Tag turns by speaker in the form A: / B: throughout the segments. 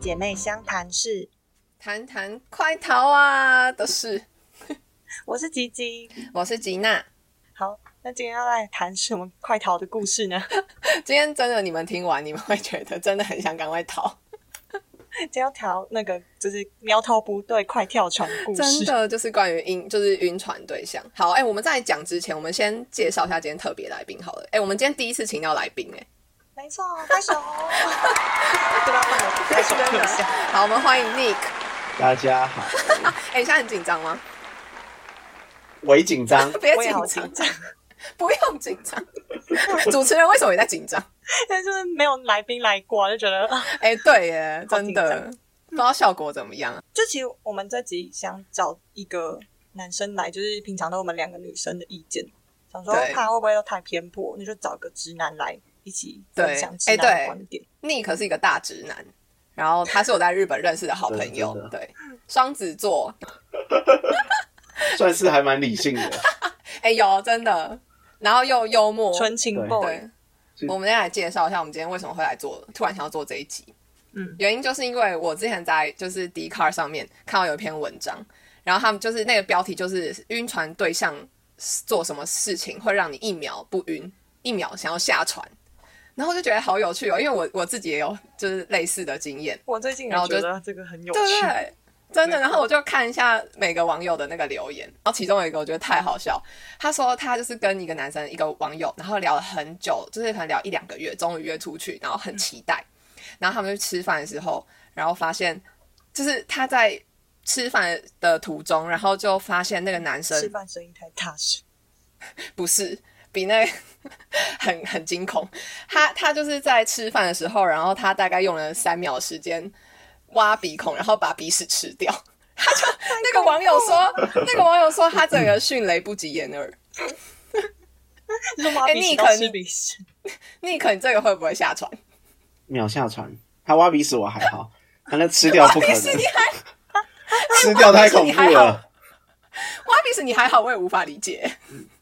A: 姐妹相谈室，
B: 谈谈快逃啊的事。
A: 我是吉吉。
B: 我是吉娜，
A: 好，那今天要来谈什么快逃的故事呢？
B: 今天真的你们听完，你们会觉得真的很想赶快逃，
A: 今天要调那个就是苗头不对，快跳船的故
B: 真
A: 事。
B: 的就是关于晕，就是晕船对象。好，哎、我们在讲之前，我们先介绍一下今天特别来宾好了。哎、我们今天第一次请到来宾、 哎，
A: 没错，拍 手。对吧？拍手特效。
B: 好，我们欢迎 Nick。
C: 大家好，
B: 哎、你现在很紧张吗？，
C: 微紧张
B: 别
A: 我也
B: 紧
A: 好紧张，
B: 张，不用紧张。 主持人为什么也在紧张？
A: 但就是没有来宾来过啊，就觉得啊，
B: 哎、对耶，
A: 好
B: 真
A: 紧张
B: 的不知道效果怎么样啊。
A: 这期我们这集想找一个男生来，就是平常都我们两个女生的意见，想说
B: 对
A: 怕会不会都太偏颇，那就找个直男来一起分享
B: 对
A: 直
B: 哎
A: 男
B: 对
A: 的观点。
B: Nick 是一个大直男，然后他是我在日本认识的好朋友
C: 真的，
B: 对，双子座，
C: 算是还蛮理性的。
B: 哎、有真的，然后又幽默，
A: 纯情
C: 对
A: boy，
B: 对。
C: 是
B: 我们先来介绍一下，我们今天为什么会来做，突然想要做这一集。
A: 嗯，
B: 原因就是因为我之前在就是 d c a r 上面看到有一篇文章，然后他们就是那个标题就是晕船对象做什么事情会让你一秒不晕，一秒想要下船，然后我就觉得好有趣哦，因为我我自己也有就是类似的经验。
A: 我最近也
B: 然后就
A: 觉得这个很有趣。
B: 对对，真的。
A: 没错
B: 然后我就看一下每个网友的那个留言，然后其中有一个我觉得太好笑，他说他就是跟一个男生一个网友，然后聊了很久，就是可能聊一两个月，终于约出去，然后很期待，然后他们去吃饭的时候，然后发现就是他在吃饭的途中，然后就发现那个男生
A: 吃饭声音太大声，
B: 不是，比那 很很惊恐。他他就是在吃饭的时候，然后他大概用了三秒的时间挖鼻孔，然后把鼻屎吃掉。他就那个网友说，那个网友说他整个迅雷不及掩耳。
A: 就是挖
B: 哎
A: 鼻
B: 你
A: 屎到
B: 可
A: 吃
B: 能
A: 鼻屎。
B: 你可能这个会不会下船？
C: 秒下船，他挖鼻屎我还好，他那吃掉不可
B: 鼻
C: 能
B: 屎，你还
C: 吃掉太恐怖
B: 你还好
C: 了。
B: 挖鼻屎你还好，我也无法理解。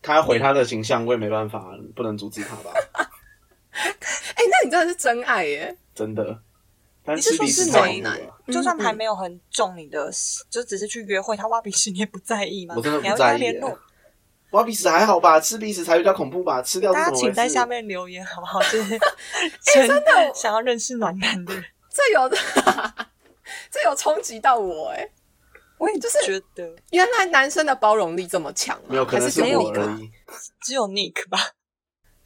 C: 他毁他的形象，我也没办法，不能阻止他吧？
B: 哎、那你真的是真爱耶！
C: 真的。但
A: 你是
C: 吃
A: 说
C: 鼻屎
A: 是
C: 太
A: 美
C: 恐怖
B: 男
C: 了，
A: 就算还没有很重你的，就只是去约会，他挖鼻屎你也不在意吗？
C: 我真的
A: 你还
C: 不
A: 会跟他
C: 在意
A: 联
C: 耶
A: 络。。
C: 挖鼻屎还好吧，吃鼻屎才比较恐怖吧？吃掉是
A: 大
C: 怎
A: 家
C: 么
A: 请
C: 回
A: 在
C: 事
A: 下？面留言好不 好？就是
B: 哎
A: 真的想要认识暖男的人，
B: 这有 这有冲击到我哎！
A: 我也
B: 就是
A: 觉得
B: 原来男生的包容力这么强吗？
C: 没有，可
B: 还
C: 能
B: 是只有
C: 我
B: 你吧
C: 而已。
A: 只有 Nick 吧。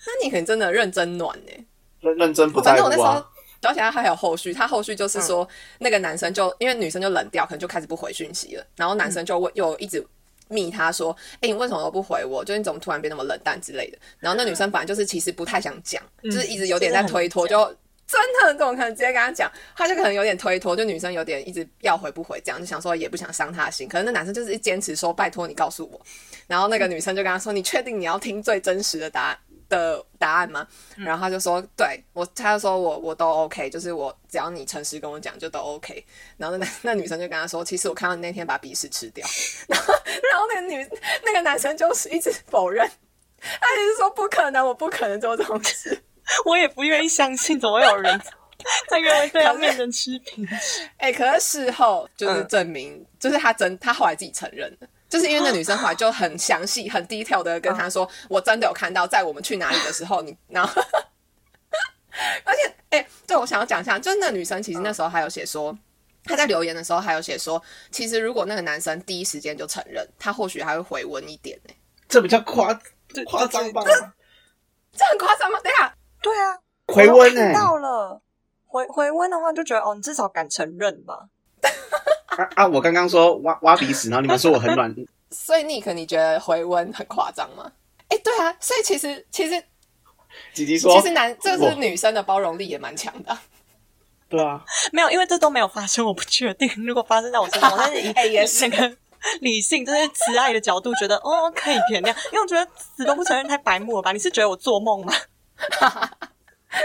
B: 那你可能真的认真暖哎、
C: 认认真不
B: 反
C: 在
B: 正我那
C: 乎
B: 时候
C: 啊。，嗯
B: 而且他还有后续，他后续就是说，那个男生就因为女生就冷掉，可能就开始不回讯息了，然后男生就问，又一直。密他说：“哎、你为什么都不回我？就是你怎么突然变那么冷淡之类的。”然后那女生本来就是其实不太想讲，
A: 嗯
B: 就是一直有点在推脱，
A: 真
B: 就真的怎么可能直接跟他讲？他就可能有点推脱，就女生有点一直要回不回这样，就想说也不想伤他的心。可是那男生就是坚持说：“拜托你告诉我。”然后那个女生就跟他说：“你确定你要听最真实的答案的答案吗？”然后他就说：“对我，他就说我我都 OK，就是我只要你诚实跟我讲就都 OK。”然后那那女生就跟他说：“其实我看到你那天把鼻屎吃掉。”然后然后那个女那个男生就是一直否认，他一直说不可能，我不可能做这种事。
A: 我也不愿意相信，怎么会有人 在约会对象面前吃鼻屎？
B: 哎、可是事后就是
A: 嗯
B: 证明，就是他真他后来自己承认了。就是因为那女生后来就很详细、很 detail 的跟他说，我真的有看到，在我们去哪里的时候，你然后， 而且，哎、对我想要讲一下，就是那女生其实那时候还有写说，她在留言的时候还有写说，其实如果那个男生第一时间就承认，他或许还会回温一点、欸，
C: 这比较夸
A: 对
C: 夸张吧？
B: 这很夸张吗？等一下，
A: 对啊，
C: 回温
A: 我
C: 哎，
A: 到了。回回温的话，就觉得哦，你至少敢承认吧。
C: 啊啊！我刚刚说挖挖鼻屎，然后你们说我很软，
B: 所以 Nick 你觉得回温很夸张吗？哎、对啊，所以其实其实
C: 姐姐说
B: 其实男这
C: 我
B: 是女生的包容力也蛮强的啊。
C: 对啊，
A: 没有，因为这都没有发生，我不确定。如果发生在我身上，我但是 以
B: 哎也是
A: 整个理性，就是慈爱的角度，觉得哦可以原谅，因为我觉得死都不承认太白目了吧？你是觉得我做梦吗？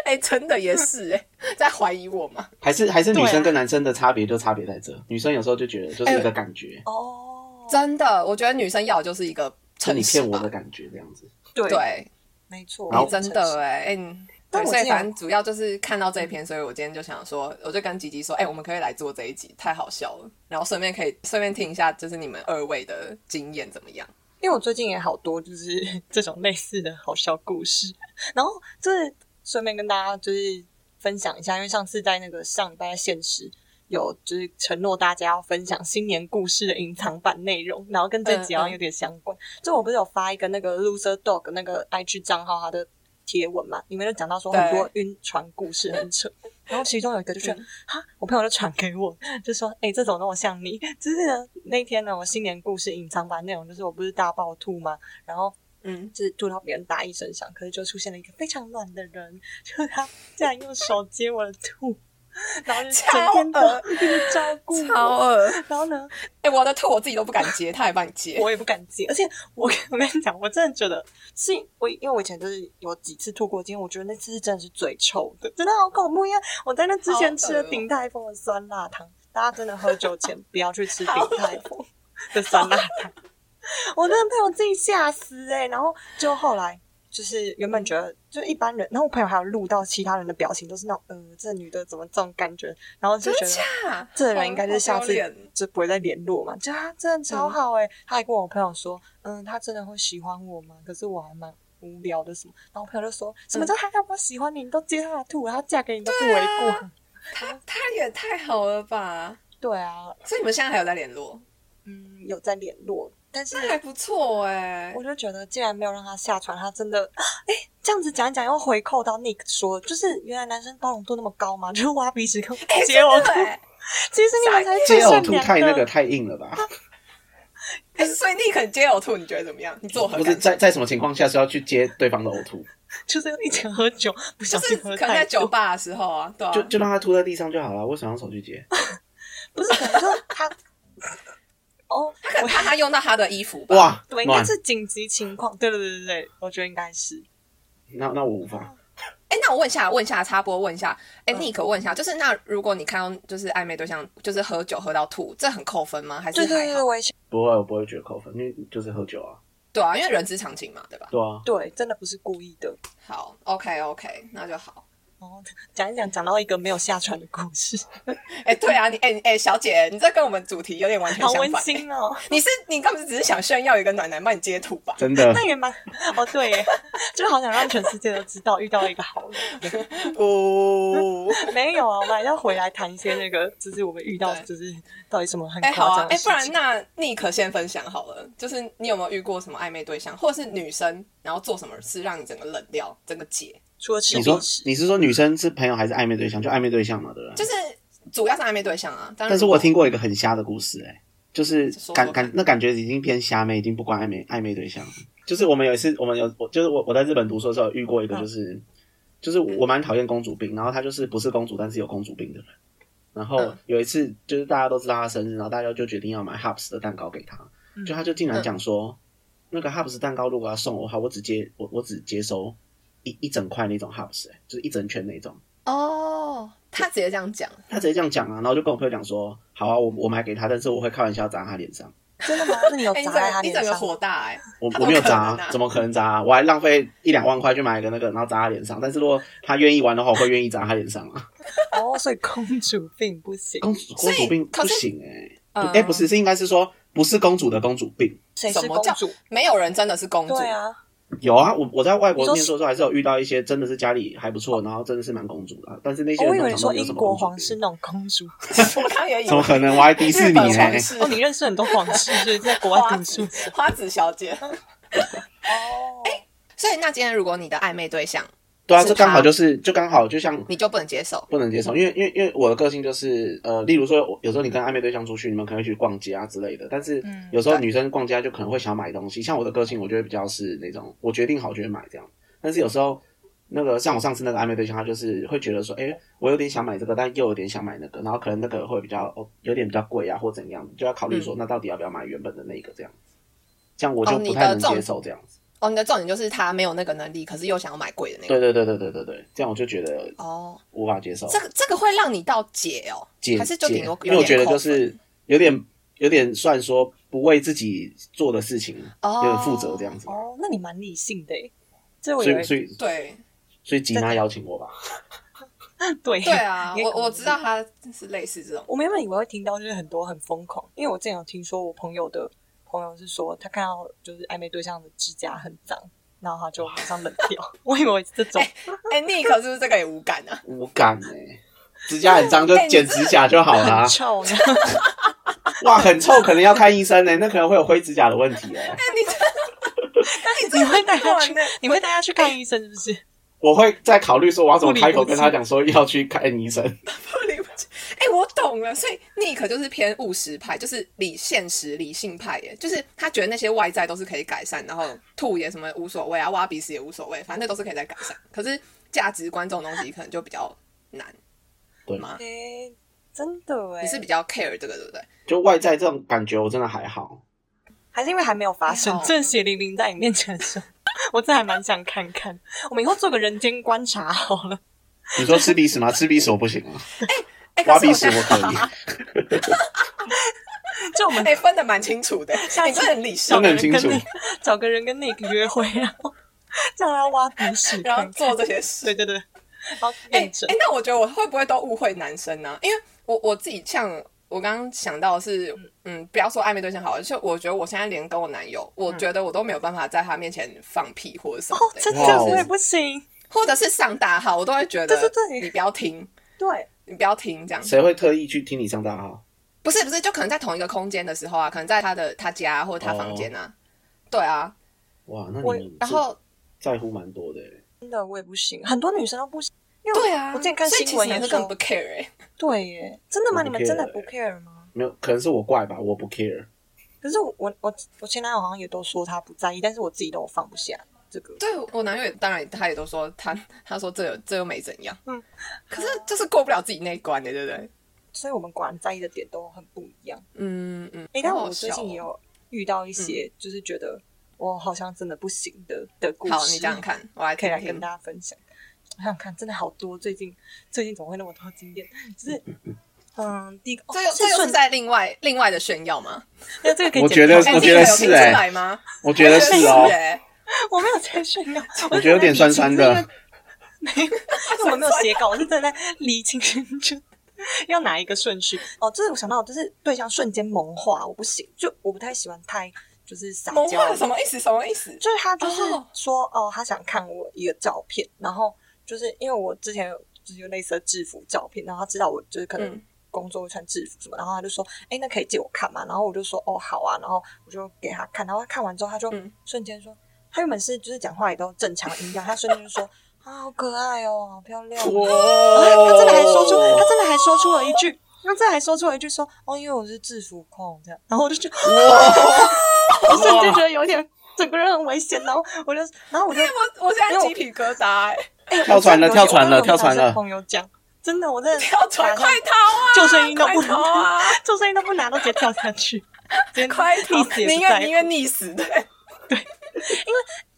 B: 哎、真的也是哎、在怀疑我吗？
C: 还是还是女
A: 对啊
C: 生跟男生的差别就差别在这，女生有时候就觉得就是一个感觉，
A: 哦，
B: 真的，我觉得女生要的就是一个
C: 是你
B: 诚实
C: 骗我
B: 吧
C: 的。感觉这样子。
A: 对，
B: 对，
A: 没错，
C: 然
B: 哎
C: 后
A: 我
B: 真
A: 承认
B: 的哎、哎，你
A: 但
B: 对，
A: 我
B: 所
A: 记得
B: 以反正主要就是看到这一篇，所以我今天就想说，我就跟吉吉说，哎、我们可以来做这一集，太好笑了。然后顺便可以顺便听一下，就是你们二位的经验怎么样？
A: 因为我最近也好多就是 这种类似的好笑故事，然后就是顺便跟大家就是分享一下，因为上次在那个上礼拜现实有就是承诺大家要分享新年故事的隐藏版内容，然后跟这集好像有点相关。就我不是有发一个那个 loser dog 那个 IG 账号它的贴文嘛，里面就讲到说很多晕船故事很 扯，然后其中有一个就是
B: 嗯
A: 哈，我朋友就传给我，就说：“哎、这怎么那么像你？”就是呢那一天呢，我新年故事隐藏版内容就是我不是大爆吐吗？然后
B: 嗯，
A: 就是吐到别人打一声响，可是就出现了一个非常暖的人，就是他竟然用手接我的吐，然后就整天都
B: 超恶
A: 一直照顾
B: 超
A: 我。
B: 恶。
A: 然后呢，
B: 哎、我的吐我自己都不敢接，他也帮你接。
A: 我也不敢接，而且我我跟你讲，我真的觉得是我，因为我以前就是有几次吐过，今天我觉得那次是真的是最臭的，真的好恐怖。因为我在那之前吃了
B: 好恶哦
A: 鼎泰丰的酸辣汤，大家真的喝酒 前不要去吃鼎
B: 好恶哦
A: 泰丰的酸辣汤，我真的被我自己吓死哎、然后就后来。就是原
B: 嗯
A: 本觉得就一般人，然后我朋友还有录到其他人的表情，都是那种呃，这女的怎么这种感觉，然后就
B: 真
A: 觉
B: 的
A: 得
B: 假？
A: 这人应该就是下
B: 好
A: 次
B: 丢脸
A: 就不会再联络嘛。就他真的
B: 嗯
A: 超好哎、他还跟我朋友说，嗯，他真的会喜欢我吗？可是我还蛮无聊的什么。然后我朋友就说什么
B: 嗯
A: 叫他要不要喜欢你，你都接他的吐，他嫁给你都不为
B: 啊
A: 过。
B: 他他也太好了吧？
A: 对啊，
B: 所以你们现在还有在联络，
A: 嗯，有在联络，但是
B: 那还不错哎、
A: 我就觉得，既然没有让他下船，他真的，哎，这样子讲一讲，又回扣到 Nick 说，就是原来男生包容度那么高嘛，就是挖鼻屎跟
B: 哎
A: 接我
B: 真
A: 吐
B: 的，哎
A: 其实你们才
C: 接
A: 最
C: 呕
A: 善
C: 吐
A: 良
C: 太那
A: 的
C: 个。太硬了吧？
B: 哎、所以你肯接我吐，你觉得怎么样？你做何
C: 不是
B: 感？
C: 在在什么情况下是要去接对方的呕吐？
A: 就是一起喝酒，不小
B: 就是
A: 心
B: 可
A: 喝
B: 能
A: 太
B: 在
A: 多。
B: 酒吧的时候啊，对啊，
C: 就就让他吐在地上就好了，为什么用手去接？
A: 不是，可能就是他。哦，
B: 他可能怕他用到他的衣服吧。
C: 哇，
A: 对，应该
C: 暖！
A: 是紧急情况。对对对对对，我觉得应该是。
C: 那那我无法。
B: 哎、那我问一下，问一下，插播问一下，哎、
A: 嗯
B: 尼可问一下，就是那如果你看到就是暧昧对象就是喝酒喝到吐，这很扣分吗？还是
A: 对
B: 还好？
A: 对对，我也想
C: 不会，我不会觉得扣分，因为就是喝酒啊，
B: 对啊，因为人之常情嘛，对吧？
C: 对啊，
A: 对，真的不是故意的。
B: 好，OK OK，那 就好。
A: 哦，讲一讲，讲到一个没有下船的故事，
B: 哎、对啊，你哎哎、小姐，你这跟我们主题有点完全
A: 好
B: 相反、
A: 温馨哦。
B: 哎你是你根本只是想炫耀有一个暖男帮你接吐 吧？
C: 真的
A: 那也蛮……哦，对耶，就好想让全世界都知道遇到一个好人。
C: 哦。
A: 没有啊，我们还要回来谈一些那个，就是我们遇到，
B: 对
A: 就是到底什么很
B: 哎、好
A: 夸
B: 啊，
A: 张
B: 哎、
A: 的事
B: 不
A: 情。
B: 然那尼可先分享好了，就是你有没有遇过什么暧昧对象，或者是女生，然后做什么事让你整个冷掉，整个解，
A: 除了吃
C: 你说
A: 零食，
C: 你是说女生是朋友还是暧昧对象？就暧昧对象嘛，对不对？
B: 就是主要是暧昧对象啊。但
C: 但是我听过一个很瞎的故事、哎，就是
B: 说说
C: 感
B: 看
C: 感那感觉已经偏瞎妹，已经不关暧昧暧昧对象了。就是我们有一次，我们有我就是我我在日本读书的时候有遇过
B: 嗯
C: 一个，就是、就是我蛮讨厌公主病，然后她就是不是公主，但是有公主病的人。然后
B: 嗯
C: 有一次就是大家都知道她生日，然后大家就决定要买 Hubs 的蛋糕给她，
A: 嗯
C: 就她就竟然讲
B: 嗯
C: 说，那个 Hubs 蛋糕如果要送我的话，我只接我我只接收一一整块那种 Hubs，、哎就是一整圈那种。
B: 哦，他直接这样讲，
C: 他直接这样讲啊，然后就跟我朋友讲说，好啊，我我买给他，但是我会开玩笑砸他脸上，
A: 真的吗？那你有
B: 哎、你
A: 砸
B: 整
A: 在他
B: 个你
A: 脸
B: 整个
A: 上吗？
B: 火大 哎、
C: 我
B: 他怎
C: 我
B: 么
C: 没有
B: 可能
C: 砸、
B: 啊
C: 怎么可能砸、我还浪费一两万块去买一个那个，然后砸他脸上。但是如果他愿意玩的话，我会愿意砸他脸上啊。
A: 哦，所以公主病不行。
C: 公主
B: 所
C: 公
B: 以
C: 主病
B: 可
C: 不
B: 是
C: 行哎、欸，哎、
B: 嗯
C: 不是，是应该是说不是公主的公主病。
A: 谁
B: 什
A: 是
B: 么
A: 公
B: 叫
A: 主？
B: 没有人真的是公主，
A: 对啊，
C: 有啊，我我在外国
A: 你说
C: 念书的时候还是有遇到一些真的是家里还不错，然后真的是蛮公主的啊，但是那些
A: 哦我
C: 人
A: 以
C: 通
A: 为
C: 常
A: 你
C: 都
A: 说
C: 没有什
A: 英
C: 么
A: 国
C: 公主
A: 皇
C: 病
A: 室那种 公主。
B: 我刚也以
C: 怎么欸
B: 为
C: 可能？我还迪士
B: 日
C: 尼
B: 本
C: 呢、
B: 皇室
A: 哦，你认识很多皇 室，所以在国外
B: 花
A: 读书
B: 子。花子小姐。
A: 哦，
B: 所以那今天如果你的暧昧对象，
C: 对啊，
B: 是
C: 这刚
B: 他
C: 好就是就刚好就像
B: 你就不能接受，
C: 不能接受，因为因为因为我的个性就是呃，例如说我有时候你跟暧昧对象出去，你们可能会去逛街啊之类的，但是
A: 嗯
C: 有时候
B: 对
C: 女生逛街啊就可能会想买东西，像我的个性，我就会比较是那种我决定好就会买这样，但是有时候那个像我上次那个暧昧对象，他就是会觉得说，哎、我有点想买这个，但又有点想买那个，然后可能那个会比较哦有点比较贵啊或怎样，就要考虑说、那到底要不要买原本的那个这样，这样我就
B: 嗯哦你
C: 不
B: 的
C: 太能
B: 重
C: 接受这样子。
B: 哦，你的重点就是他没有那个能力，可是又想要买贵的那个。
C: 对对对对对对对，这样我就觉得
B: 哦，
C: 无法接受。
B: 这个这个会让你到解哦，
C: 解
B: 还是就
C: 解
B: 顶多
C: 因为我觉得就
B: 有点
C: 是有点有点算说不为自己做的事情
B: 哦
C: 有点负责这样子，
A: 哦，那你蛮理性的耶这我
C: 所
A: 以
C: 以
A: 为
C: 所以
B: 扣分对
C: 所以吉娜邀请我吧。
A: 对
B: 对 啊，
A: 也可能
B: 我我知道他是类似这种，
A: 我们原本以为会听到就是很多很疯狂，因为我之前有听说我朋友的朋友是说他看到就是暧昧对象的指甲很脏，然后他就马上冷掉。 我以为是这种，
B: 哎、n i c k 是不是这个也无感啊？
C: 无感哎、指甲很脏就剪指甲就好了、
A: 很臭，然后
C: 哇，很臭，可能要看医生呢、那可能会有灰指甲的问题哎、
B: 哎、你这，你
A: 你会带他
B: 这
A: 去
B: 很呢？，
A: 你啊会带他去看医生是不是？
C: 我会再考虑说我要怎么开口跟他讲说要去看医生。
B: 不理不清哎、我懂了，所以 Nick 就是偏务实派，就是理现实、理性派耶，就是他觉得那些外在都是可以改善，然后吐也什么无所谓啊，挖鼻屎也无所谓，反正那都是可以再改善。可是价值观这种东西可能就比较难
C: 对
B: 吗？
A: 哎，真的哎，
B: 你是比较 care 这个对不对？
C: 就外在这种感觉，我真的还好。
A: 还是因为还没有发生
B: 还，好
A: 正血淋淋在你面前的时候， 我真的还蛮想看看。我们以后做个人间观察好了。
C: 你说吃鼻屎吗？吃鼻屎我不行啊，
B: 哎、可
C: 挖
B: 是
C: 鼻
B: 我
C: 屎
B: 现在
C: 我可以，
A: 就我们
B: 哎、分的蛮清楚的，
A: 下
B: 你
A: 次
B: 真的很理性
A: 找
C: 真，
A: 个
C: 的很
A: 人
C: 清
A: 跟
C: 楚
A: 那找个人跟 Nick 约会， 然后让他挖鼻屎，
B: 然后
A: 看看
B: 做这些事。
A: 对对对，然后
B: 哎、
A: 验证
B: 哎、。那我觉得我会不会都误会男生呢、因为我我自己像我刚刚想到的是，嗯，不要说暧昧对象好了，就我觉得我现在连跟我男友，我觉得我都没有办法在他面前放屁或者什
A: 嗯
B: 么
A: 哦，
B: 的，
A: 真
C: 哇
A: 的
C: 哦
A: 我也不行。
B: 或者是上大号，我都会觉得，
A: 对对对
B: 你不要听，
A: 对，
B: 你不要听这样。
C: 谁会特意去听你上大啊号？
B: 不是不是，就可能在同一个空间的时候啊，可能在他的他家或者他房间
A: 哦
B: 啊，对啊，
C: 哇，那
A: 我
C: 你
B: 然后
C: 在乎蛮多的欸、
A: 真的我也不行，很多女生都不行。因为我
B: 对啊，
A: 我之前看
B: 所以其
A: 新
B: 实
A: 闻
B: 男
A: 也
B: 生
A: 说
B: 根本不 care 哎、
A: 对耶，真的吗？
C: 我不
A: 你们真的
C: care
A: 不 care 吗？
C: 没有，可能是我怪吧，我不 care。
A: 可是我我我我前男友好像也都说他不在意，但是我自己都放不下这个。
B: 对我男友也当然他也都说他他说这有这又没怎样，
A: 嗯，
B: 可是就是过不了自己那一关的，对不对？
A: 所以我们果然在意的点都很不一样。
B: 嗯嗯。
A: 哎、但
B: 好好
A: 我最
B: 笑
A: 近也
B: 哦嗯
A: 有遇到一些，就是觉得我好像真的不行的的故事。
B: 好，你这样嗯看，我来
A: 可以
B: 听
A: 来跟
B: 听。
A: 大家分享。我想想看，真的好多，最近最近怎么会那么多经验？就是，嗯，第一个，哦
B: 这又这
A: 是
B: 又是
A: 顺，
B: 在另外另外的炫耀吗？
A: 那这个可以
C: 我
A: 剪
C: 觉
A: 掉
C: 得
A: 吗
C: 我
B: 你
C: 觉得
B: 有
C: 是
B: 听出
C: 欸
B: 来吗？
C: 我觉得
B: 我
C: 是哦，
B: 欸
A: 我没有啊在炫耀，
C: 我觉得有点酸酸的。
A: 因为我没有 写稿，我是真的在理清就要哪一个顺序。哦，这是我想到，就是对象瞬间萌化，我不行，就我不太喜欢太就是撒
B: 萌
A: 娇
B: 化什么意思？什么意思？
A: 就是他就是
B: 哦
A: 说哦他想看我一个照片，然后就是因为我之前有就是有类似的制服照片，然后他知道我就是可能
B: 嗯
A: 工作会穿制服什么，然后他就说，哎、那可以借我看吗？然后我就说，哦，好啊，然后我就给他看，然后他看完之后，他就
B: 嗯
A: 瞬间说，他原本是就是讲话也都正常音调，他瞬间就说，啊，好可爱哦，好漂亮哦，
C: 哇，
A: 他真的还说出， 他真的还说出了一句，他真的还说出了一句说，哦，因为我是制服控这样，然后我就觉得， 我瞬间觉得有点整个人很危险，然后我就，然后我就，
B: 哎我我现在鸡皮疙瘩哎，
A: 哎，
C: 跳船了
A: 我真的有
C: 跳船了
A: 我真的有
C: 跳船了
A: 跟朋友讲，真的，我真的
B: 跳船
A: 马上
B: 快逃啊！
A: 救生衣都不
B: 快逃 啊！
A: 救生衣都不拿，都直接跳下 去，直接
B: 快啊逃
A: 溺！死也
B: 宁
A: 不在
B: 愿
A: 乎
B: 宁愿溺死的。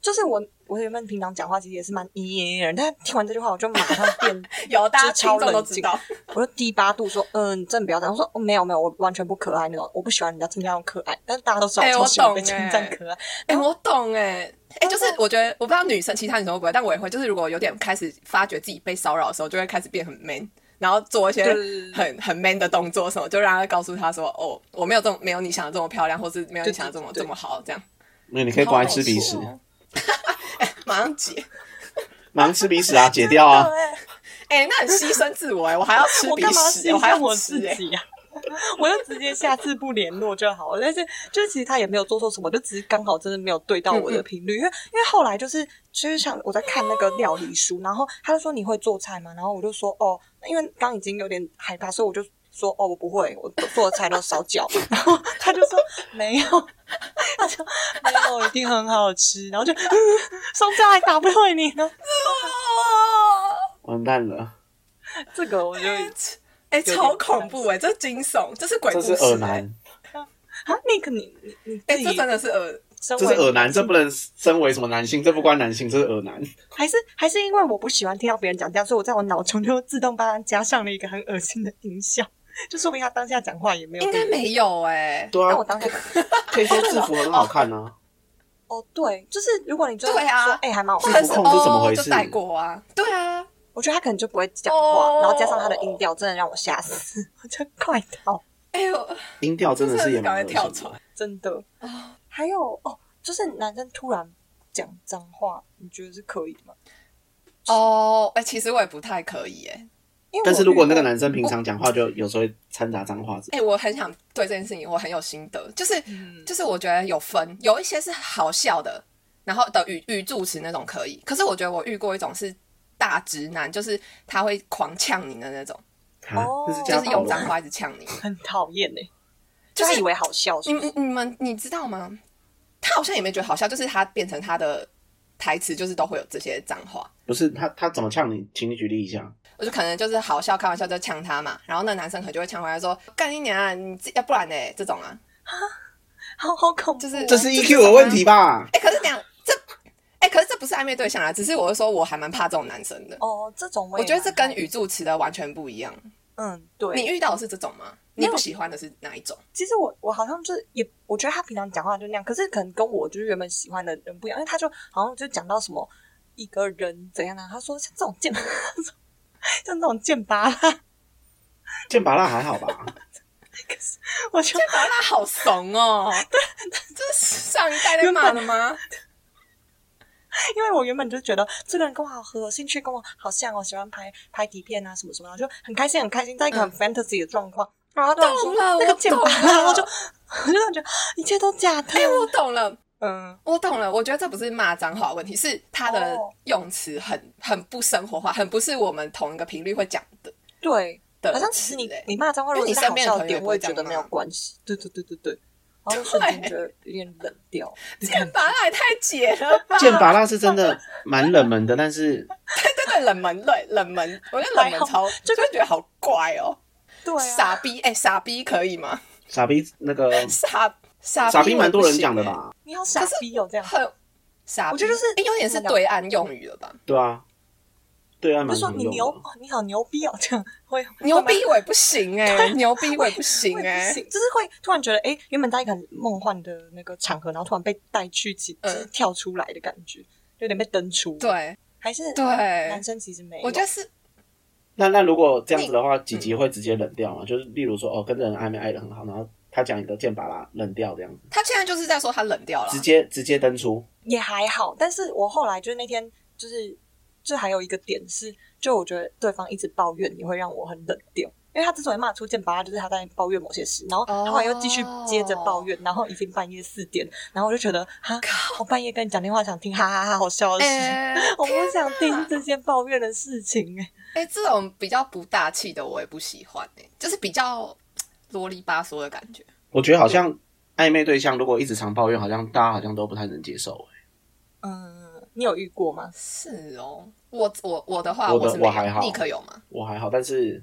A: 就是我，我原本平常讲话其实也是蛮嘤嘤的人，但是听完这句话，我就马上变
B: 有大家
A: 就超
B: 听众都
A: 冷
B: 知
A: 静
B: 道，
A: 我就低八度说，嗯、你真的不要这样。我说，哦，没有没有，我完全不可爱那种，我不喜欢人家称赞我可爱，但是大家都知道
B: 哎
A: 我超喜欢
B: 我
A: 被
B: 懂
A: 称
B: 哎
A: 赞可爱。
B: 哎、我懂哎、哎、
A: 哦
B: 就是我觉得我不知道女生其他女生会不会，但我也会，就是如果有点开始发觉自己被骚扰的时候，就会开始变很 man，然后做一些
A: 对对对
B: 很很 man 的动作什么，就让他告诉他说，哦，我没有这么没有你想的这么漂亮，或是没有你想的这么
A: 对对对
B: 这么好，这样。
C: 那你可以过来吃鼻屎
B: 好，好笑哦哎、马上解，
C: 马上吃鼻屎啊，解掉啊！
A: 对，
B: 哎、那很牺牲自我哎、我还要吃
A: 我
B: 鼻
A: 干嘛
B: 屎，
A: 牺
B: 我还
A: 牲
B: 要
A: 我
B: 吃
A: 自
B: 哎、
A: 己呀、啊我就直接下次不联络就好了。但是就是其实他也没有做错什么，就只是刚好真的没有对到我的频率。因为因为后来就是就是像我在看那个料理书，然后他就说你会做菜吗？然后我就说哦，因为刚已经有点害怕，所以我就。说哦，我不会，我做的菜都烧焦。 然后他就说没有， 他说没有，一定很好吃。然后就、嗯、烧焦还打不退你呢，
C: 完蛋了，
A: 这个我就
B: 哎、
A: 点
B: 超恐怖哎、这惊悚，这是鬼
C: 这
B: 故
C: 是
B: 事、
C: 耳
B: 哎、
C: 男，
A: 啊，那个你你你
B: 哎、
A: 自
B: 这
A: 己
B: 真的是耳。
A: 身
C: 这
A: 为
C: 是耳男，这不能身为什么男性，这不关男性，这是耳男。
A: 还是还是因为我不喜欢听到别人讲这样，所以我在我脑中就自动帮他加上了一个很恶心的音效，就说明他当下讲话也没有。
B: 应该。没有哎、
C: 对
A: 但
C: 啊
A: 我，当下
C: 可以说制服很好看啊，
A: 哦，对，就是如果你真的
B: 对
A: 说，
B: 啊
A: 哎、还蛮好
B: 或
A: 看
B: 者
A: 的，
B: 是
C: 控制怎么
B: 哦
C: 回
B: 就
C: 事
B: 带过啊，对啊，
A: 我觉得他可能就不会讲话，
B: 哦
A: 然后加上他的音调，真的让我吓死，我真快逃，
B: 哎呦，
C: 音调真的是也
B: 赶快
C: 蛮恶
B: 跳
C: 心的
B: 船。
A: 真的。
B: 啊
A: 还有哦，就是男生突然讲脏话，你觉得是可以的吗？
B: 哦，哎、其实我也不太可以、哎，
A: 因为
C: 但是
A: 我
C: 如果
A: 遇
C: 那个
A: 过
C: 男生平常讲话，就有时候会掺杂脏话之类的，
B: 哎，我很想对这件事情我很有心得，就是、
A: 嗯
B: 就是我觉得有分，有一些是好笑的，然后的语语助词那种可以，可是我觉得我遇过一种是大直男，就是他会狂呛你的那种，
C: 啊
A: 哦，
C: 这是
B: 就
C: 家
B: 是
C: 暴
B: 用
C: 吗
B: 脏话一直呛你，
A: 很讨厌呢，
B: 就
A: 就是他以为好笑是
B: 你
A: 不是，
B: 你你们你知道吗？他好像也没觉得好笑，就是他变成他的台词就是都会有这些脏话。
C: 不是他他怎么呛你？请你举例一下。
B: 我就可能就是好笑开玩笑就呛他嘛，然后那男生可能就会呛回来说：“干你娘、啊，你自要不然呢、这种啊，
A: 好好恐怖
B: 就
A: 哦，
B: 是
C: 这是 EQ 的问题吧？
B: 哎、可是这样这，哎、可是这不是暧昧对象啊，只是我是说我还蛮怕这种男生的。
A: 哦，这种
B: 我
A: 也
B: 觉得
A: 蛮
B: 这跟
A: 讨厌
B: 语助词的完全不一样。
A: 嗯对，
B: 你遇到的是这种吗？
A: 没
B: 你
A: 有
B: 不喜欢的是哪一 种？
A: 其实我我好像就是也，我觉得他平常讲话就那样，可是可能跟我就是原本喜欢的人不一样，因为他就好像就讲到什么一个人怎样呢、他说像这种贱，像这种贱巴啦，
C: 剑拔辣还好吧？
A: 我就
B: 宝拉好怂哦， 这是上一代在骂的吗？
A: 因为我原本就觉得这个人跟我好合，兴趣跟我好像哦，喜欢拍拍底片啊什么什么的，我就很开心很开心，在一个很
B: 嗯
A: fantasy 的状况，然后他突然
B: 懂
A: 说
B: 了
A: 那
B: 我
A: 个贱巴
B: 懂了
A: 啦，我就我就觉得一切都假的，
B: 哎、我懂了。
A: 嗯，
B: 我懂了，我觉得这不是骂脏话的问题，是他的
A: 哦
B: 用词很很不生活化，很不是我们同一个频率会讲的
A: 对，
B: 的词欸。
A: 好像其实你你骂脏话，如
B: 因为
A: 果
B: 你
A: 是在
B: 身
A: 好
B: 边
A: 笑的
B: 的朋友也
A: 点，
B: 不
A: 我
B: 会
A: 也觉
B: 这
A: 得
B: 样
A: 没有
B: 骂
A: 关系。对对对对 对，然后就瞬间觉得有点冷掉。
B: 剑拔辣也太解了吧？
C: 剑拔辣是真的蛮冷门的，但是
B: 对对，冷门对冷门，我觉得冷门超就会觉得好怪哦。
A: 对啊，
B: 傻逼哎、傻逼可以吗？
C: 傻逼那个
B: 傻傻
C: 傻逼
B: 我
C: 蛮多人
B: 不行
C: 讲的
B: 欸？
C: 吧？
A: 你好傻逼哦，这样。
B: 很傻逼，
A: 我觉得就是
B: 哎、有点是对岸用语了吧？
C: 对啊，对啊，
A: 就
C: 蛮
A: 说
C: 常
A: 你
C: 用
A: 牛
C: 的。
A: 哦，你好牛逼哦，这样会
B: 牛逼我也不行哎、牛逼我也不行
A: 会
B: 哎、
A: 不行，欸就是会突然觉得，哎，原本在一个很梦幻的那个场合，然后突然被带去，其
B: 嗯
A: 就是跳出来的感觉，有点被蹬出。，
B: 对
A: 还是男
B: 对，
A: 生其实没有，
B: 我觉得是
C: 那那如果这样子的话，几集会直接冷掉嘛？就是例如说哦，跟这人暧昧爱的很好，然后他讲一个剑拔辣冷掉这样子，
B: 他现在就是在说他冷掉了啊，
C: 直接直接登出。
A: 也还好，但是我后来就是那天就是就还有一个点是，就我觉得对方一直抱怨，也会让我很冷掉。因为他之所以骂出剑拔，就是他在抱怨某些事，然后他后来又继续接着抱怨然后已经半夜四点，然后我就觉得哈，我半夜跟你讲电话想听哈哈哈好笑的事，
B: 哎、
A: 我不想听这些抱怨的事情、哎，
B: 哎、这种比较不大气的我也不喜欢、欸，就是比较啰里吧嗦的感觉。
C: 我觉得好像暧昧对象如果一直常抱怨，好像大家好像都不太能接受、欸
A: 嗯，你有遇过吗？
B: 是哦，我我我的话
C: 我的
B: 是没有
C: 我还好
B: 你可有吗？
C: 我还好，但是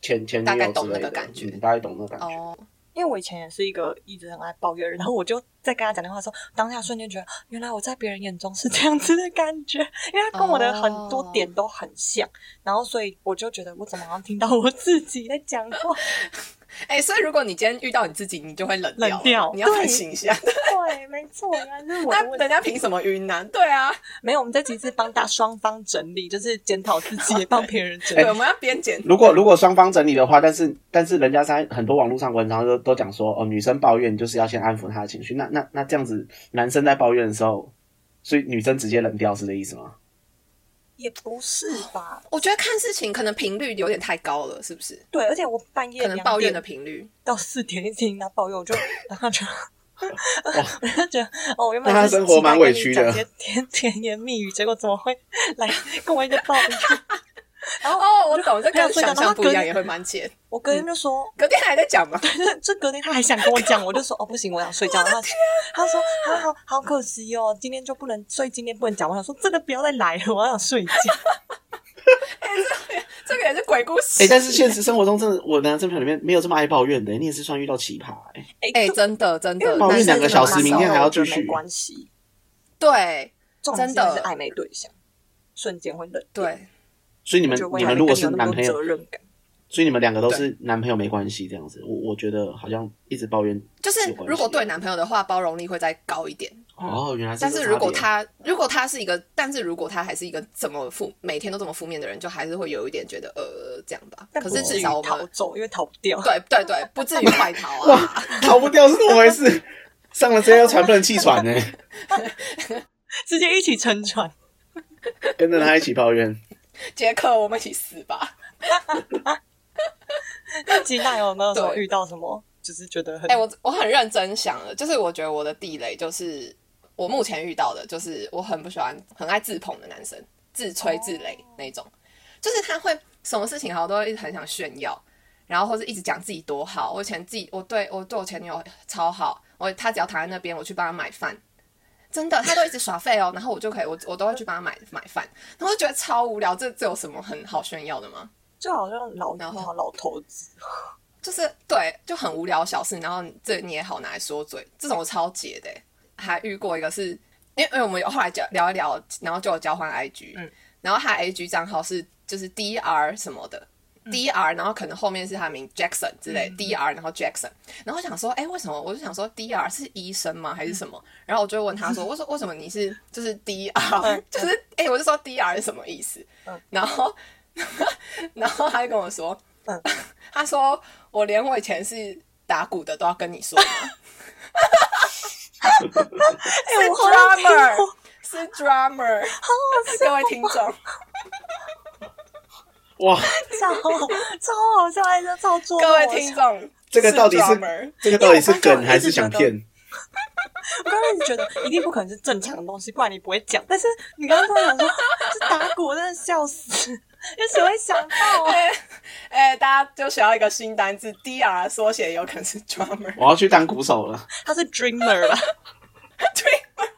C: 前前女
B: 大概
C: 友之
B: 懂那
C: 类
B: 个
C: 的，
B: 感觉
C: 嗯大概懂那个感觉。
B: 哦，
A: 因为我以前也是一个一直很爱抱怨的人，然后我就在跟他讲电话的时候，当下瞬间觉得，原来我在别人眼中是这样子的感觉，因为他跟我的很多点都很像，然后所以我就觉得，我怎么好像听到我自己在讲话？
B: 哎、所以如果你今天遇到你自己，你就会冷掉了，
A: 冷掉
B: 你要
A: 对
B: 反省一下。
A: 对，没错，原来是我
B: 那
A: 的问题。
B: 人家凭什么晕呢、对啊，
A: 没有，我们这集是帮大双方整理，就是检讨自 己，也帮别人整
B: 对，
A: 理。
B: 我们要边检。
C: 如果如果双方整理的话，但是但是人家在很多网络上文章都都讲说，哦，女生抱怨就是要先安抚她的情绪。那那那这样子，男生在抱怨的时候，所以女生直接冷掉是这意思吗？
A: 也不是吧？
B: 我觉得看事情可能频率有点太高了，是不是？
A: 对，而且我半夜
B: 可能
A: 两
B: 抱怨
A: 点
B: 的频率。
A: 到四点一直听他抱怨，我就然后就。我 就觉得哦，我原本
C: 那他
A: 是
C: 生活
A: 期待
C: 蛮
A: 跟
C: 委
A: 你
C: 屈
A: 讲
C: 的
A: 些甜甜言蜜语，结果怎么会 来跟我一个抱怨？然后
B: 哦，我懂，这
A: 没有
B: 跟
A: 睡觉
B: 想象不一
A: 然后
B: 样，
A: 跟
B: 也会蛮解。
A: 我隔天就说，
B: 隔天还在讲吗？
A: 这隔天他还想跟我讲，我就说哦不行，我想睡觉。然后他说好好好可惜哦，今天就不能，所以今天不能讲。我想说真的不要再来了，我想睡觉。
B: 这个也是鬼故事。
C: 哎、但是现实生活中真的，我的男生朋友里面没有这么爱抱怨的、你也是算遇到奇葩、欸。
A: 哎
B: 哎、真的真
A: 因为
B: 的，
C: 抱
B: 男
C: 怨
B: 生
C: 两个小时
B: 真的
C: 明天
B: 蛮
C: 还要
A: 我觉得
C: 继续
A: 没关系。
B: 对
A: 重点是
B: 真的
A: 是暧昧对象，瞬间会冷掉。
B: 对，
C: 所以你
A: 我
C: 们
A: 觉得我
C: 你
A: 也
C: 们
A: 没
C: 如果
A: 跟
C: 是
A: 有那
C: 男
A: 么
C: 朋
A: 多责
C: 友，
A: 任感。
C: 所以你们两个都是男朋友没关系这样子。我我觉得好像一直抱怨
B: 就是
C: 有关系
B: 如果对男朋友的话，包容力会再高一点。
C: 哦，原来是
B: 但
C: 这
B: 是
C: 差
B: 如果
C: 别
B: 他如果他是一个，但是如果他还是一个这么负，每天都这么负面的人，就还是会有一点觉得呃这样吧。
A: 但
B: 可
A: 不
B: 是
A: 至
B: 至
A: 于
B: 少我
A: 逃
B: 们
A: 走，因为逃不掉。
B: 对对对，不至于快逃啊。
C: 哇逃不掉是怎么回事？ 上了车要喘不能气喘呢、
A: 直接一起沉船。
C: 跟着他一起抱怨。
B: 杰克，我们一起死吧！
A: 那吉娜有没有什么
B: 对
A: 遇到什么，就是觉得很
B: 哎、我我很认真想了，就是我觉得我的地雷就是我目前遇到的，就是我很不喜欢、很爱自捧的男生，自吹自擂那种，就是他会什么事情好像都会一直很想炫耀，然后或是一直讲自己多好，我以前自己我对我对我前女友超好，我她只要躺在那边，我去帮她买饭。真的，她都一直耍废哦，然后我就可以，我我都会去帮她买买饭，然后就觉得超无聊，这这有什么很好炫耀的吗？
A: 就好像老
B: 然后
A: 老老头子，
B: 就是对，就很无聊小事，然后这你也好拿来说嘴，这种我超解的欸。还遇过一个是，因为因为我们有后来交聊一聊，然后就有交换 IG，、
A: 嗯
B: 然后他 IG 账号是就是 DR 什么的。D R，然后可能后面是他名 Jackson 之类、
A: 嗯
B: d R，然后 Jackson，然后我想说，哎，为什么？我就想说 D R 是医生吗？
A: 嗯
B: 还是什么？然后我就 问他说，我说为什么你是就是 D R，
A: 嗯
B: 就是哎，我就说 D R 是什么意思？
A: 嗯
B: 然后 然后他就跟我说，
A: 嗯
B: 他说我连我以前是打鼓的都要跟你说吗，
A: 哎、我好像
B: 是
A: 听过
B: drummer，是 drummer，各位听众，
C: 哇，
A: 超好超好笑，还是超做
B: 各位听众，
C: 这个到底是
B: drummer
C: 这个到底是梗还是想骗？
A: 我刚开始觉得一定不可能是正常的东西，不然你不会讲。但是你刚刚突然讲说啊是打鼓，我真的笑死，有谁会想到 啊？
B: 哎哎，大家就学到一个新单字，D R 缩写有可能是 drummer，
C: 我要去当鼓手了。
A: 他是 dreamer 吧？
B: 对。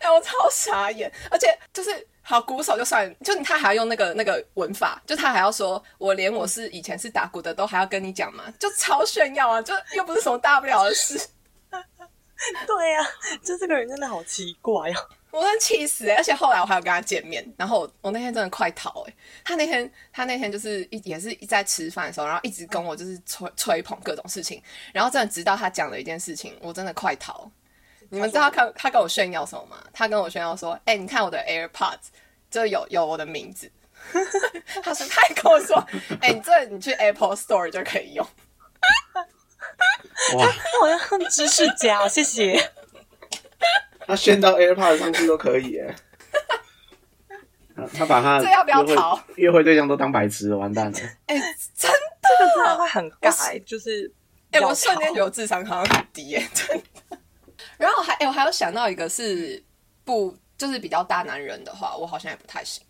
B: 哎、我超傻眼，而且就是好鼓手就算，就他还要用那个那个文法，就他还要说，我连我是以前是打鼓的都还要跟你讲嘛，就超炫耀啊，就又不是什么大不了的事，
A: 对呀、啊，就这个人真的好奇怪哦。
B: 我真的气死、欸！而且后来我还有跟他见面，然后我我那天真的快逃哎、他那天他那天就是一也是一在吃饭的时候，然后一直跟我就是吹吹捧各种事情，然后真的直到他讲了一件事情，我真的快逃。你们知道他跟他跟我炫耀什么吗？他跟我炫耀说：“哎、你看我的 AirPods，这有有我的名字。” 他说他还跟我说：“哎、你这你去 Apple Store 就可以用。”
C: 哇，
A: 他好像知识家，谢谢。
C: 他炫到 AirPod 上去都可以 耶。他他把他
B: 这要不要逃
C: 约会约会对象都当白痴了，完蛋了！
B: 哎、真
A: 这
B: 的
A: 真的会很尬、啊
B: 欸
A: 就是
B: 哎、
A: 要
B: 我瞬间
A: 吵
B: 觉得我智商好像很低耶、真的。然后还哎、我还有想到一个是不就是比较大男人的话，我好像也不太行，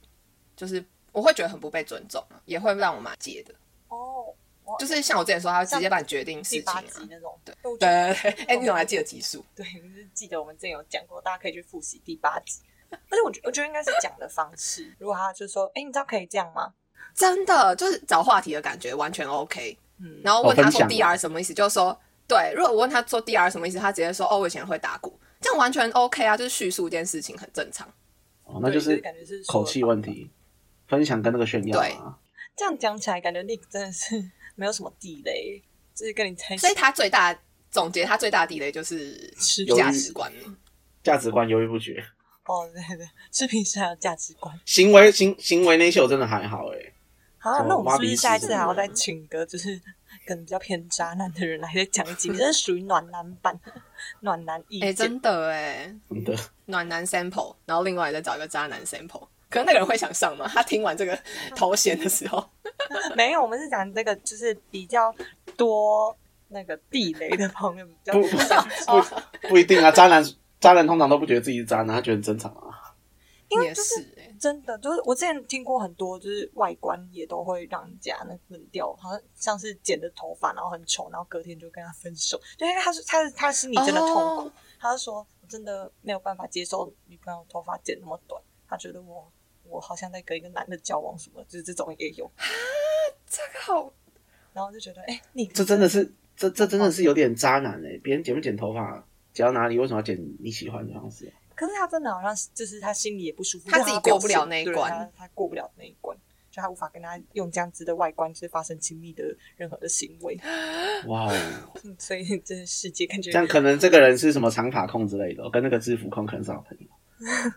B: 就是我会觉得很不被尊重，也会让我蛮戒的。
A: 哦，
B: 就是像我之前说，他会直接帮你决定事
A: 第
B: 情
A: 八
B: 啊。
A: 集那种，对，
B: 对对对，哎、你怎么还记得集数？
A: 对，我就是记得我们之前有讲过，大家可以去复习第八集。而且我觉我觉得应该是讲的方式，如果他就说，哎、你知道可以这样吗？
B: 真的就是找话题的感觉，完全 OK。
A: 嗯，
B: 然后问他说
C: 哦分享
B: DR 什么意思，就说对。如果我问他说 DR 什么意思，他直接说哦，我以前会打鼓，这样完全 OK 啊，就是叙述一件事情很正常。
C: 哦，那
A: 对
C: 就
A: 就是
C: 是
A: 感觉是说
C: 口气问题，分享跟那个炫耀
B: 对
C: 啊。
A: 这样讲起来，感觉 Nick 真的是没有什么地雷，就是跟你在一起
B: 所以他最大总结，他最大的地雷就是
A: 吃
C: 有
A: 价
B: 价
C: 一
B: 值观。
C: 价值观犹豫不决，
A: 哦，对对，是平时还有价值观。
C: 行为行行为那些我真的还好哎。
A: 好、啊
C: 哦
A: 那我们是不是
C: 挖鼻屎
A: 下一次还要再请个就是 可能比较偏渣男的人来再讲 一集？这是属于暖男版，暖男意
B: 哎、
A: 见。
B: 真的哎，
C: 真的，
B: 暖男 sample，然后另外再找一个渣男 sample。可能那个人会想上吗？他听完这个头衔 的时候，
A: 没有，我们是讲这个就是比较多那个地雷的朋友比较
C: 不不
A: 哦
C: 不不一定啊，渣男渣男通常都不觉得自己是渣男，他觉得很正常啊。
A: 因为
B: 也
A: 就是
B: 是哎、
A: 真的，就是我之前听过很多，就是外观也都会让人家那冷掉，好像像是剪的头发，然后很丑，然后隔天就跟他分手，就因为他是他是他心里真的痛苦，
B: 哦
A: 他就说我真的没有办法接受女朋友头发剪那么短，他觉得我我好像在跟一个男的交往什么，就是这种也 有，
B: 这个好
A: 然后我就觉得哎、你
C: 这真的是这这真的是有点渣男哎、别人剪不剪头发，剪到哪里，为什么要剪你喜欢的方式？
A: 可是他真的好像是就是他心里也不舒服，
B: 他
A: 就
B: 自己
A: 表
B: 过不了
A: 现
B: 那一
A: 对啊
B: 关
A: 他他过不了那一关。就他无法跟他用这样子的外观就是发生亲密的任何的行为，
C: 哇哦，
A: 嗯所以这个世界感觉
C: 这样可能这个人是什么长发控之类的，跟那个制服控可能是好朋友。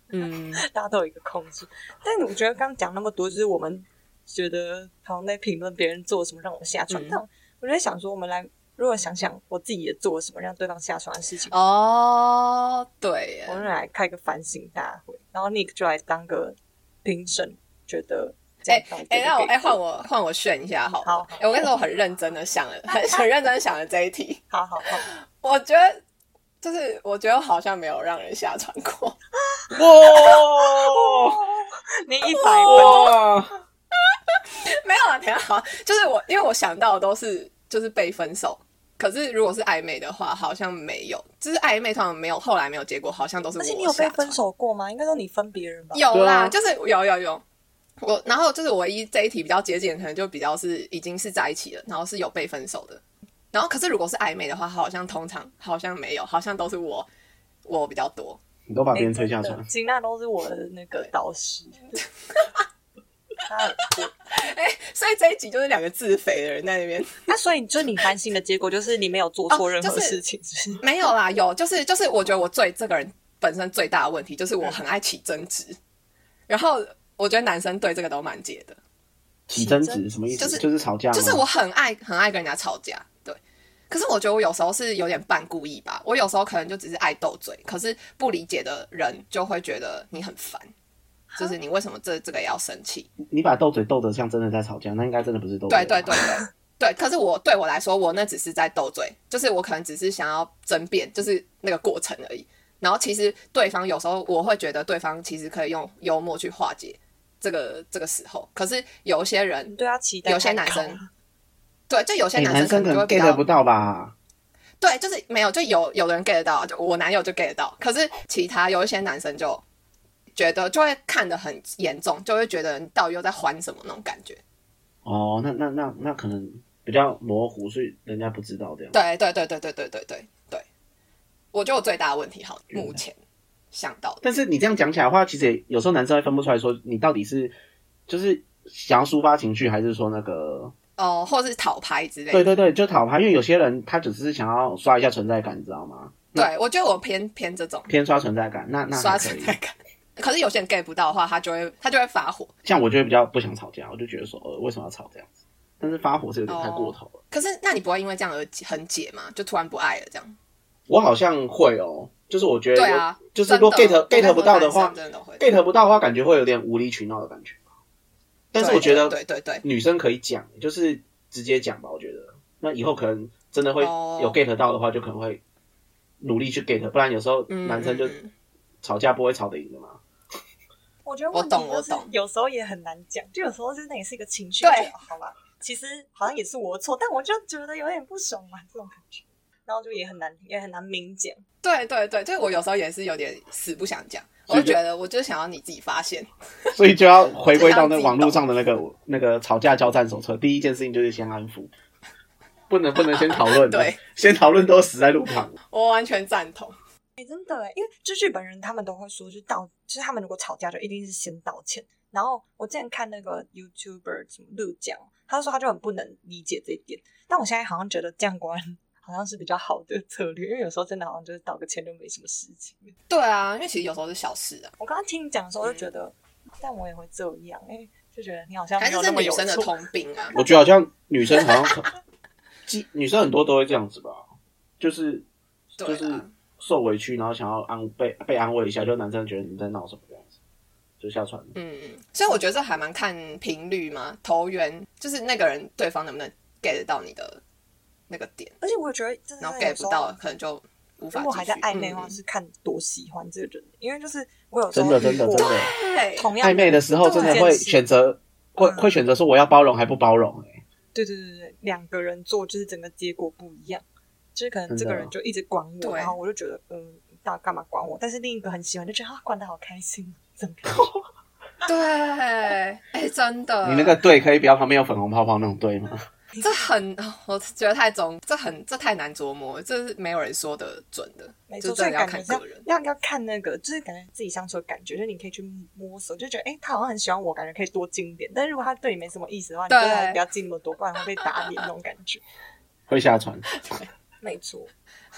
B: 嗯，
A: 大家都有一个控制。但我觉得刚讲那么多，就是我们觉得好像在评论别人做什么让我下船，
B: 嗯
A: 但我就在想说，我们来如果想想我自己也做了什么让对方下船的事情，
B: 哦，对
A: 我
B: 耶，
A: 们来开个反省大会，然后 Nick 就来当个评审，觉得这样到底
B: 哎、
A: 给不
B: 那我
A: 给
B: 哎、换我换我炫一下好了。
A: 好好
B: 哎、我跟你说，我很认真的想了，很很认真地想了这一题。
A: 好好 好，
B: 我觉得就是，我觉得我好像没有让人下船过。
C: 哇
A: 你一百分，
C: 哇，
B: 没有啊，挺好。就是我，因为我想到的都是就是被分手，可是如果是暧昧的话，好像没有。就是暧昧通常没有，后来没有结果，好像都是我
A: 而且你有被
B: 下船
A: 分手过吗？应该说你分别人吧，
B: 有
C: 对
B: 啦，
C: 啊
B: 就是有有有。我然后就是我唯一这一题比较接近，可能就比较是已经是在一起了，然后是有被分手的。然后可是如果是暧昧的话，好像通常好像没有，好像都是我我比较多。
C: 你都把别人推
A: 真
C: 下
A: 的，
C: 船，
A: 金娜都是我的那个导师。他很酷
B: 哎所以这一集就是两个自肥的人在那边。
A: 那啊所以就是你反省的结果，就是你没有做错任何事情，哦是不是
B: 没有啦，有就是就是，我觉得我最这个人本身最大的问题就是我很爱起争执，然后我觉得男生对这个都蛮解的，
C: 起争执什么意
B: 就
C: 思？
B: 是
C: 就是吵架吗，
B: 就是我很爱很爱跟人家吵架，对。可是我觉得我有时候是有点半故意吧，我有时候可能就只是爱斗嘴，可是不理解的人就会觉得你很烦，就是你为什么这这个也要生气？
C: 你把斗嘴斗得像真的在吵架，那应该真的不是斗嘴
B: 对对
C: 吧。
B: 对对对。可是我对我来说，我那只是在斗嘴，就是我可能只是想要争辩，就是那个过程而已。然后其实对方有时候我会觉得对方其实可以用幽默去化解这个这个时候，可是有一些人
A: 你，对啊他期待
B: 有些
A: 太
B: 男
A: 高
B: 生，对，就有些
C: 哎，
B: 男
C: 男
B: 生
C: 生
B: 可
C: 可
B: 能就会
C: 能
B: 比较
C: get 不到吧？
B: 对，就是没有，就有有的人 get 得到，就我男友就 get 得到，可是其他有一些男生就觉得就会看得很严重，就会觉得你到底又在还什么那种感觉。
C: 哦，那那那那可能比较模糊，所以人家不知道这样。
B: 对对对对对对对对对，我觉得我最大的问题，好，
C: 嗯
B: 目前想到的，
C: 但是你这样讲起来的话，其实也有时候男生会分不出来说你到底是就是想要抒发情绪，还是说那个
B: 哦、或是讨拍之类
C: 对
B: 的。
C: 对对，就讨牌。因为有些人他只是想要刷一下存在感，你知道吗？
B: 对，我觉得我偏偏这种
C: 偏刷存在感，那那
B: 刷
C: 还可
B: 存
C: 以。
B: 在感。可是有些人 get 不到的话，他就会他就会发火。
C: 像我就会比较不想吵架，我就觉得说，呃，为什么要吵这样
B: 哦
C: 子？但是发火是有点太过头了。
B: 可是那你不会因为这样而解很解吗？就突然不爱了这样？
C: 我好像会哦，就是我觉得
B: 对啊，
C: 就是如果
B: 真
C: get
B: 的
C: get 不到
B: 我跟
C: 的
B: 你说
C: 话
B: 男生真的会。
C: ，get 不到的话，感觉会有点无理取闹的感觉。但是我觉得
B: 对对对对
C: 女生可以讲，就是直接讲吧。我觉得那以后可能真的会
B: 哦
C: 有 get 到的话，就可能会努力去 get，不然有时候
B: 嗯
C: 男生就
B: 嗯嗯
C: 吵架不会吵得赢的嘛。
A: 我觉得
B: 我
A: 问题
B: 懂我
A: 就是
B: 懂
A: 有时候也很难讲，就有时候就是那也是一个情绪，
B: 对
A: 就觉得哦好吧，其实好像也是我的错，但我就觉得有点不爽嘛，这种感觉，然后就也很难，也很难明讲。
B: 对对对，就是我有时候也是有点死不想讲，我
C: 所以
B: 就
C: 就
B: 觉得我就想要你自己发现。
C: 所以就要回归到那网络上的那个那个吵架交战手册，第一件事情就是先安抚，不能不能先讨论，啊
B: 对，
C: 先讨论都死在路旁。
B: 我完全赞同。
A: 哎、真的哎，因为就日本人他们都会说，就道，就是他们如果吵架就一定是先道歉。然后我之前看那个 YouTuber 什么陆江，他就说他就很不能理解这一点，但我现在好像觉得这样果然 好像是比较好的策略，因为有时候真的好像就是道个歉就没什么事情。
B: 对啊，因为其实有时候是小事啊，
A: 我刚刚听你讲的时候，我就觉得，但我也会这样，哎、就觉得你好像
B: 嗯
A: 没
B: 还是
A: 有
B: 是
A: 那么
B: 女
A: 有
B: 生的
A: 错。
B: 通病 啊。
C: 我觉得好像女生好 像，既女生很多都会这样子吧，就是
B: 对
C: 就是
A: 嗯
B: 啊，
C: 受委屈，然后想要安被被安慰一下，就男生觉得你在闹什么这样子，就下船。
B: 嗯，所以我觉得这还蛮看频率嘛，投缘就是那个人对方能不能 get 得到你的那个点，
A: 而且我觉得真的
B: 然后
A: 是
B: get
A: 有时
B: 不
A: 候
B: 到，可能就无法
A: 如
B: 继
A: 果
B: 续。
A: 还在暧昧的话，
B: 嗯
A: 是看多喜欢这个人，因为就是我有时
C: 真
A: 候
C: 的真的
A: 遇过
C: 真的，
B: 嗯对
A: 同样
C: 暧昧的时候真的会选择
B: 嗯
C: 会会选择说我要包容还不包容、欸，
A: 对对对对，两个人做就是整个结果不一样，就是可能这个人就一直管我，
B: 对
A: 然后我就觉得嗯，大家干嘛管我？但是另一个很喜欢，就觉得他管的好开心，怎么感觉？
B: 对，哎，真的。嗯
C: 你那个对可以不要旁边有粉红泡泡那种对吗？
B: 这很， 我觉得太中，这很这太难琢磨，这是没有人说的准的，
A: 没
B: 就
A: 错，
B: 真
A: 所以
B: 的要
A: 感
B: 看
A: 觉
B: 个人。
A: 要要要看那个，就是感觉自己相处的感觉，就是你可以去摸索，就觉得哎、诶他好像很喜欢我，感觉可以多进一点。但是如果他对你没什么意思的话，你就
B: 对
A: 还不要进那么多，不然会被打脸那种感觉。
C: 会下船。
A: 没错，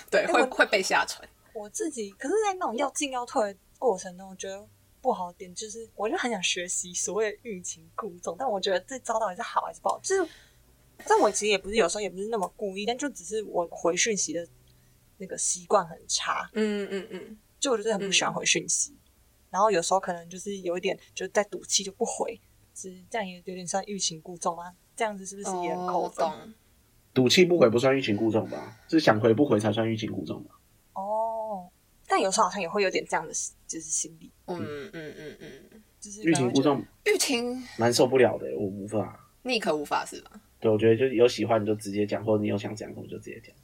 B: 对，
A: 哎
B: 会
A: 我
B: 会被下船。
A: 我自己可是，在那种要进要退的过程中，我觉得不好的点就是，我就很想学习所谓的欲擒故纵，但我觉得这招到底是好还是不好，就是，但我其实也不是有时候也不是那么故意，但就只是我回讯息的那个习惯很差，
B: 嗯嗯嗯，
A: 就我就是很不喜欢回讯息，然后有时候可能就是有一点就是在赌气就不回，是这样也有点算欲擒故纵吗？这样子是不是也很
B: 哦
A: 扣
B: 我
A: 分？
B: 懂。
C: 赌气不回不算欲擒故纵吧？是想回不回才算欲擒故纵吧？
A: 哦但有时候好像也会有点这样的就是心理，
B: 嗯嗯嗯嗯，
A: 就是
C: 欲擒故纵
B: 玉婷，
C: 蛮受不了的，我无法。
B: 你可无法是吧？
C: 对，我觉得就是有喜欢你就直接讲，或者你有想讲什么就直接讲。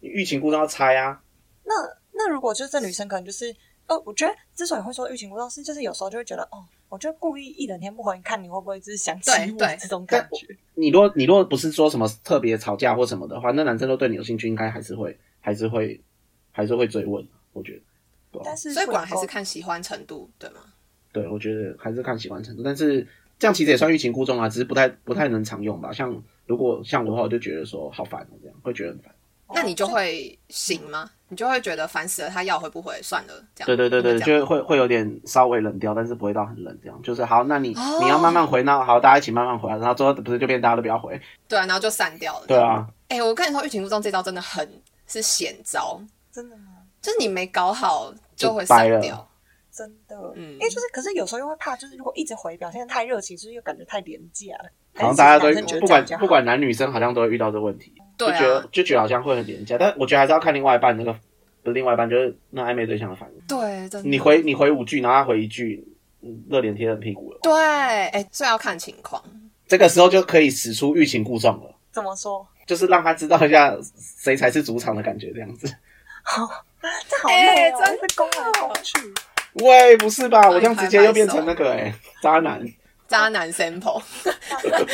C: 欲擒故纵要猜啊，
A: 那那如果就是这女生可能就是呃，我觉得之所以会说欲擒故纵，是就是有时候就会觉得哦，我就故意一整天不回，你看你会不会就是想起
B: 对
A: 我
B: 对
A: 这种感觉？
C: 你若你若不是说什么特别吵架或什么的话，那男生都对你有兴趣，应该还是会还是会还是会追问，我觉得。对啊
A: 但是
B: 所以果然
A: 会哦
B: 还
A: 有
B: 是看喜欢程度，对吗？
C: 对，我觉得还是看喜欢程度，但是这样其实也算欲擒故纵啊，只是不太不太能常用吧。像如果像我的话，我就觉得说好烦哦，这样会觉得很烦。
A: 哦
B: 那你就会行吗？你就会觉得烦死了，他要回不回算了，这样。
C: 对对对对，
B: 你会这样
C: 就会会有点稍微冷掉，但是不会到很冷这样。就是好，那你、
B: 哦
C: 你要慢慢回，那好，大家一起慢慢回啊，然后最后不是就变大家都不要回？
B: 对啊，然后就散掉了。
C: 对，啊，
B: 哎、我跟你说，欲擒故纵这招真的很是险招，
A: 真的吗？
B: 就是你没搞好就会
C: 就掰
B: 散
C: 了
B: 掉。
A: 真的，
B: 嗯
A: 因为就是，可是有时候又会怕，就是如果一直回表现得太热情，就是又感觉太廉价了。
C: 好像大
A: 还
C: 家都
A: 是其实男生觉得
C: 不
A: 这样
C: 管
A: 比较好
C: 不管男女生，好像都会遇到这问题，
B: 对
C: 就觉
B: 啊
C: 得，就觉得好像会很廉价，但我觉得还是要看另外一半那个不是另外一半，就是那暧昧对象的反应。
B: 对，真的。
C: 你回你回五句，然后他回一句，嗯热脸贴冷屁股了。
B: 对，哎、这要看情况。
C: 这个时候就可以使出欲擒故纵了，
A: 怎么说？
C: 就是让他知道一下谁才是主场的感觉，这样子。
A: 这好累
B: 哎
A: 哦，
B: 真的
A: 一直攻来攻去。
C: 喂，不是吧？我这样
B: 拍
C: 直接
B: 拍
C: 又变
B: 手
C: 成那个哎、渣男。
B: 渣 男 sample，
A: 哎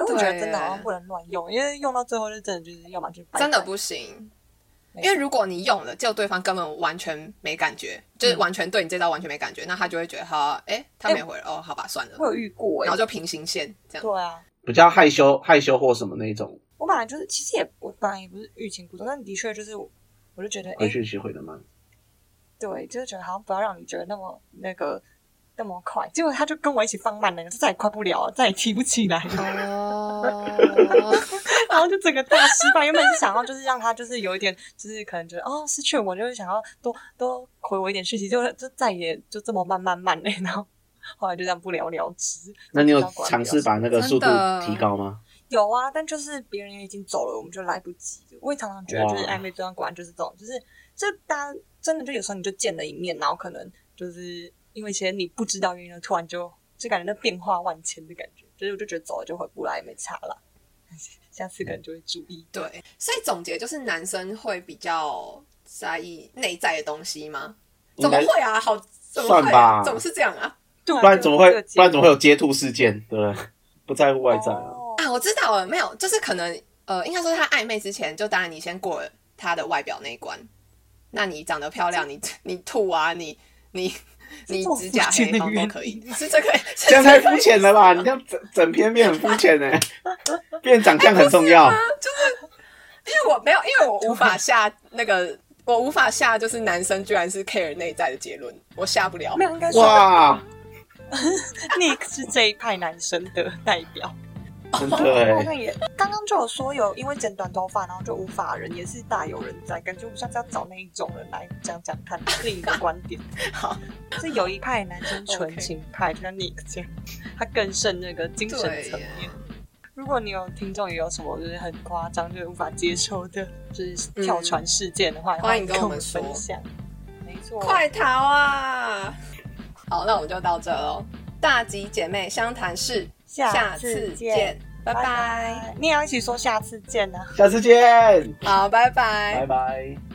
A: 我觉得
B: 对
A: 真的好像不能乱用，因为用到最后就真的就是，要么就拜拜
B: 真的，不行。
A: 没
B: 因为
A: 错
B: 如果你用了，就对方根本完全没感觉，就是
A: 嗯
B: 完全对你这招完全没感觉，那他就会觉得哈，哎、他没回了、哦，好吧，算了，
A: 我有遇过哎
B: 然后。就平行线这样。
A: 对啊，
C: 比较害羞、害羞或什么那一种，
A: 我本来就是，其实也我本来也不是欲擒故纵，但的确就是我，我就觉得哎
C: 回，讯息回的慢。
A: 对，就是觉得好像不要让你觉得那么那个那么快。结果他就跟我一起放慢了，就再也快不了了，再也提不起来了。
B: 哦，
A: 然后就整个大失败。原本是想要就是让他就是有一点，就是可能觉得哦失去了我，就是想要多多回我一点讯息，就就再也就这么慢慢慢嘞、然后后来就这样不了了之。
C: 那你有
A: 就这样关掉
C: 尝试把那个速度
B: 真的
C: 提高吗？
A: 有啊，但就是别人也已经走了，我们就来不及了。我也常常觉得，就是
C: 哇
A: 暧昧对象果然就是这种，就是就大家真的就有时候你就见了一面，然后可能就是因为一些你不知道原因，突然就就感觉那变化万千的感觉，就是我就觉得走了就回不来，没差了。 下次可能就会注意。
B: 对，所以总结就是男生会比较在意内在的东西吗？怎么
C: 应该
B: 会啊？好，怎么会、
C: 算
B: 啊？
C: 吧
B: 怎么是这样啊？
A: 对啊，
C: 不然怎么会
A: 就这个？
C: 不然怎么会有接触事件？对不对？不在乎外在啊。
A: 哦
B: 啊，我知道了，没有，就是可能呃，应该说他暧昧之前，就当然你先过了他的外表那一关。那你长得漂亮，你你吐啊，你你你
A: 这么
B: 指甲
A: 肤浅
B: 黑
A: 的
B: 方
A: 原
B: 都
A: 因
B: 可以，是这 个
C: 这样太肤浅了吧？你这样整整篇变很肤浅 呢，变长相很重要。
B: 啊哎因为我没有，因为我无法下那个，我无法下就是男生居然是 care 内在的结论，我下不啊了
A: 哦没。有，应该说
C: 哇，
A: Nick 是这一派男生的代表。
C: 真的
A: 好
C: 哎，
A: 像也刚刚就有说有因为剪短头发，然后就无法人，也是大有人在。感觉我们下次要找那一种人来讲讲看另一个观 点。
B: 好，
A: 是有一派男生纯情派，就像 Nick 这样，他更胜那个精神层
B: 对耶
A: 面。如果你有听众也有什么就是很夸张，就是无法接受的，就是跳船事件的话，
B: 欢迎
A: 嗯
B: 跟
A: 跟
B: 我
A: 我
B: 们
A: 们
B: 说
A: 分享。没错，
B: 快逃啊！好，那我们就到这喽。大吉姐妹相谈室，
A: 下次见，哎
B: 拜拜。
A: 你也要一起说下次见啊。
B: 哎
C: 下次见，
B: 好，拜拜
C: 拜拜。